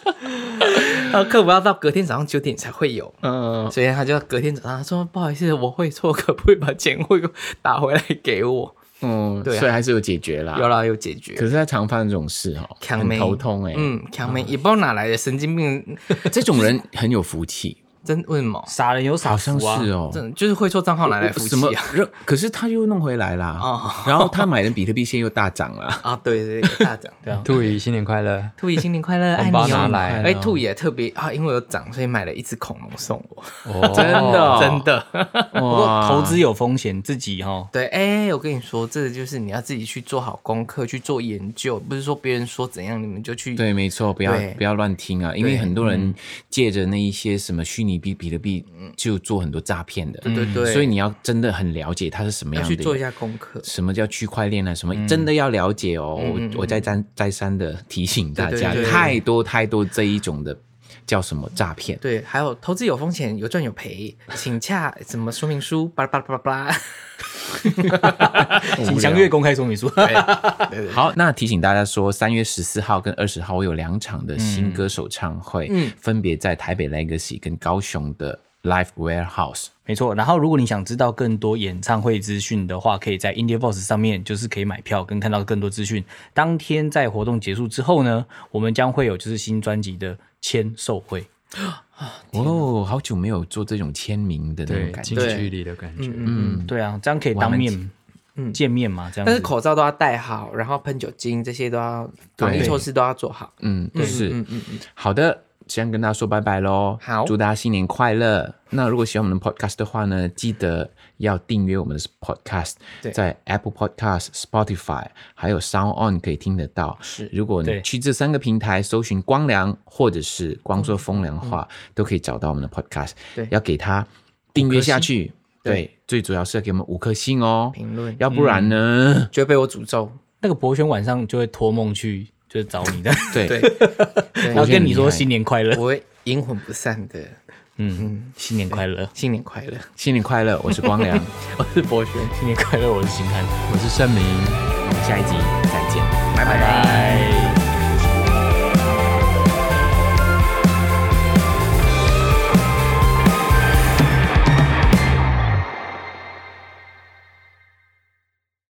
[SPEAKER 1] 然后客服要到隔天早上九点才会有，
[SPEAKER 4] 嗯，
[SPEAKER 1] 所以他就要隔天早上他说不好意思，我会错，可不可以把钱汇打回来给我？
[SPEAKER 4] 嗯，
[SPEAKER 1] 对啊
[SPEAKER 4] 所以还是有解决啦。
[SPEAKER 1] 有啦，有解决
[SPEAKER 4] 可。是他常犯这种事哦，
[SPEAKER 1] 强
[SPEAKER 4] 很
[SPEAKER 1] 妹
[SPEAKER 4] 头痛哎、
[SPEAKER 1] 嗯，强妹也不知道哪来的神经病，
[SPEAKER 4] 这种人很有福
[SPEAKER 1] (laughs)
[SPEAKER 4] 气，
[SPEAKER 1] 真为什么？
[SPEAKER 3] 傻人有傻
[SPEAKER 4] 好像
[SPEAKER 3] 福啊
[SPEAKER 4] 是，哦。
[SPEAKER 1] 真的就是会错账号哪来福
[SPEAKER 4] 什么
[SPEAKER 1] 气 (laughs) 啊？？
[SPEAKER 4] 任可是他又弄回来啦，
[SPEAKER 1] 哦
[SPEAKER 4] 然后他买的比特币现在又大涨
[SPEAKER 1] (laughs)
[SPEAKER 4] 了。
[SPEAKER 1] 啊，对对对，大奖。
[SPEAKER 3] 对啊，
[SPEAKER 5] 兔姨新年快乐，
[SPEAKER 1] (laughs) 兔姨新年快乐，爱你
[SPEAKER 5] 红包拿
[SPEAKER 1] 哦！
[SPEAKER 5] 来
[SPEAKER 1] 哎，兔姨也特别啊，因为有涨，所以买了一只恐龙送我，
[SPEAKER 4] 真的哦
[SPEAKER 1] (laughs) 真的。
[SPEAKER 3] 不过
[SPEAKER 4] 哇
[SPEAKER 3] 投资有风险，自己哈。
[SPEAKER 1] 对，哎、我跟你说，这个就是你要自己去做好功课，去做研究，不是说别人说怎样你们就去。
[SPEAKER 4] 对，没错，不要
[SPEAKER 1] 对
[SPEAKER 4] 不要乱听啊，因为
[SPEAKER 1] 对嗯
[SPEAKER 4] 很多人借着那一些什么虚拟币、比特币就做很多诈骗的，嗯
[SPEAKER 1] 对对对，
[SPEAKER 4] 所以你要真的很了解它是什么
[SPEAKER 1] 要
[SPEAKER 4] 样
[SPEAKER 1] 去
[SPEAKER 4] 的，
[SPEAKER 1] 做一下功课。
[SPEAKER 4] 什么叫区块链啊？什么、真的要了解哦。
[SPEAKER 1] 嗯嗯嗯
[SPEAKER 4] 我我再三再三的提醒大
[SPEAKER 1] 对
[SPEAKER 4] 家，
[SPEAKER 1] 对对
[SPEAKER 4] 太多太多这一种的叫什么诈骗。
[SPEAKER 1] 对，还有投资有风险，有赚有赔，请洽什么说明书，巴拉巴拉巴拉。
[SPEAKER 4] (laughs)
[SPEAKER 3] 请详阅公开说明书。
[SPEAKER 4] 好，那提醒大家说，三月十四号跟二十号，我有两场的新歌手唱会，
[SPEAKER 1] 嗯
[SPEAKER 4] 分别在台北 Legacy 跟高雄的 Live Warehouse。
[SPEAKER 3] (laughs) 没错，然后如果你想知道更多演唱会资讯的话，可以在 India Boss 上面，就是可以买票跟看到更多资讯。当天在活动结束之后呢，我们将会有就是新专辑的签售会。
[SPEAKER 4] 哦，好久没有做这种签名的那
[SPEAKER 5] 对
[SPEAKER 4] 种，感
[SPEAKER 5] 近
[SPEAKER 4] 觉。
[SPEAKER 5] 距离的感觉，
[SPEAKER 3] 嗯，对啊，这样可以当面
[SPEAKER 1] 嗯
[SPEAKER 3] 见面嘛？这样
[SPEAKER 1] 但是
[SPEAKER 3] 子。
[SPEAKER 1] 口罩都要戴好，然后喷酒精这些都要防疫
[SPEAKER 4] 对
[SPEAKER 1] 措施都要做好。
[SPEAKER 4] 嗯，是，
[SPEAKER 1] 嗯嗯嗯，
[SPEAKER 4] 好的，先跟大家说拜拜喽。
[SPEAKER 1] 好
[SPEAKER 4] 祝大家新年快乐。那如果喜欢我们的 podcast 的话呢，记得要订阅我们的 podcast，
[SPEAKER 1] 对
[SPEAKER 4] 在 Apple Podcast、Spotify 还有 Sound On 可以听得到。
[SPEAKER 1] 是
[SPEAKER 4] 如果
[SPEAKER 3] 对
[SPEAKER 4] 你去这三个平台搜寻“光良”或者是“光说风凉话”，都可以找到我们的 podcast。
[SPEAKER 1] 嗯对
[SPEAKER 4] 要给他订阅下去，对，最主要是要给我们五颗星哦，
[SPEAKER 1] 评论
[SPEAKER 4] 要不然呢，
[SPEAKER 1] 就会被我诅咒。
[SPEAKER 3] 那个博轩晚上就会托梦去，就是找你的，
[SPEAKER 1] 对
[SPEAKER 4] 对，，
[SPEAKER 1] 对
[SPEAKER 3] 然
[SPEAKER 4] 博
[SPEAKER 3] 后跟你
[SPEAKER 4] 轩很厉
[SPEAKER 3] 说
[SPEAKER 4] 害
[SPEAKER 3] 新年快乐，
[SPEAKER 1] 我会阴魂不散的。
[SPEAKER 3] 嗯，新年快乐，
[SPEAKER 1] 新年快乐，
[SPEAKER 4] 新年快乐，我是光良，
[SPEAKER 1] 我是博轩。
[SPEAKER 3] 新年快乐，我是星汉，
[SPEAKER 5] 我是盛明。
[SPEAKER 4] 我们下一集再见。
[SPEAKER 3] 拜拜。